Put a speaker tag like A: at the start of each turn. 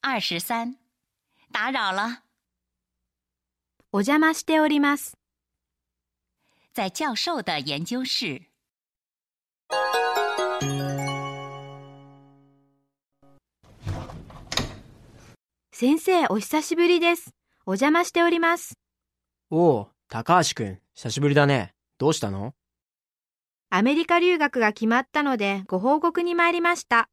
A: 二十三，打扰了，
B: お邪魔しております。
A: 在教授的研究室。
B: 先生、お久しぶりです。お邪魔しております。
C: おお、高橋くん、久しぶりだね。どうしたの
B: アメリカ留学が決まったので、ご報告に参りました。